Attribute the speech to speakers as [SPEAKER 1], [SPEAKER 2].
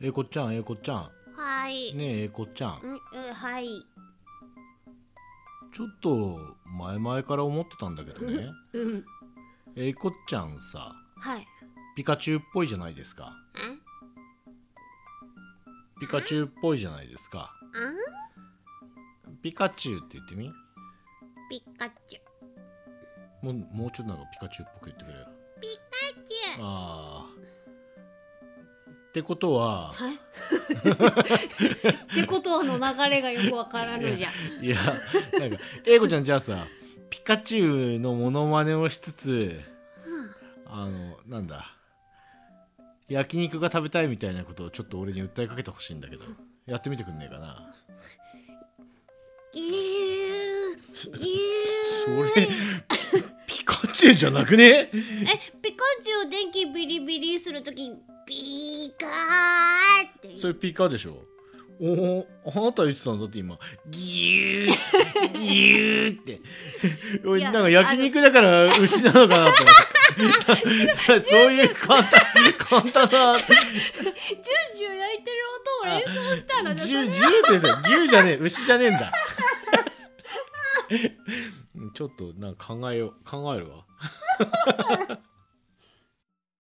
[SPEAKER 1] えいこちゃんえいこちゃ
[SPEAKER 2] はい、
[SPEAKER 1] んねええいこちゃん
[SPEAKER 2] うんうんはい
[SPEAKER 1] ちょっと前々から思ってたんだけどね
[SPEAKER 2] うん
[SPEAKER 1] えいこちゃんさ
[SPEAKER 2] はい
[SPEAKER 1] ピカチュウっぽいじゃないですかピカチュウっぽいじゃないですか
[SPEAKER 2] あん
[SPEAKER 1] ピカチュウって言ってみ
[SPEAKER 2] ピカチュ
[SPEAKER 1] もうもうちょっとなんかピカチュウっぽく言ってくれよ
[SPEAKER 2] ピカチュ
[SPEAKER 1] あーってことは
[SPEAKER 2] はい ってことの流れがよくわからぬじゃん
[SPEAKER 1] いや、なんか、英子ちゃんじゃあさ、ピカチュウのモノマネをしつつ、あの、なんだ、焼肉が食べたいみたいなことをちょっと俺に訴えかけてほしいんだけど、やってみてくんねえか な。
[SPEAKER 2] えー、
[SPEAKER 1] そ
[SPEAKER 2] えー
[SPEAKER 1] れ、ピカチュウじゃなくね
[SPEAKER 2] えピカチュウ電気ビリビリするときピカーって
[SPEAKER 1] それピカでしょおお、あなた言ってたんだって今、ギュー、ギューって。 俺
[SPEAKER 2] いや
[SPEAKER 1] なんか焼肉だから牛なのかなと思って。 そういう簡単、簡単な。
[SPEAKER 2] ジュージュー焼いてる音を演奏したの
[SPEAKER 1] 牛
[SPEAKER 2] じゃあ
[SPEAKER 1] 牛って言うと牛じゃねえ牛じゃねえん だちょっとなんか考えよう考えるわ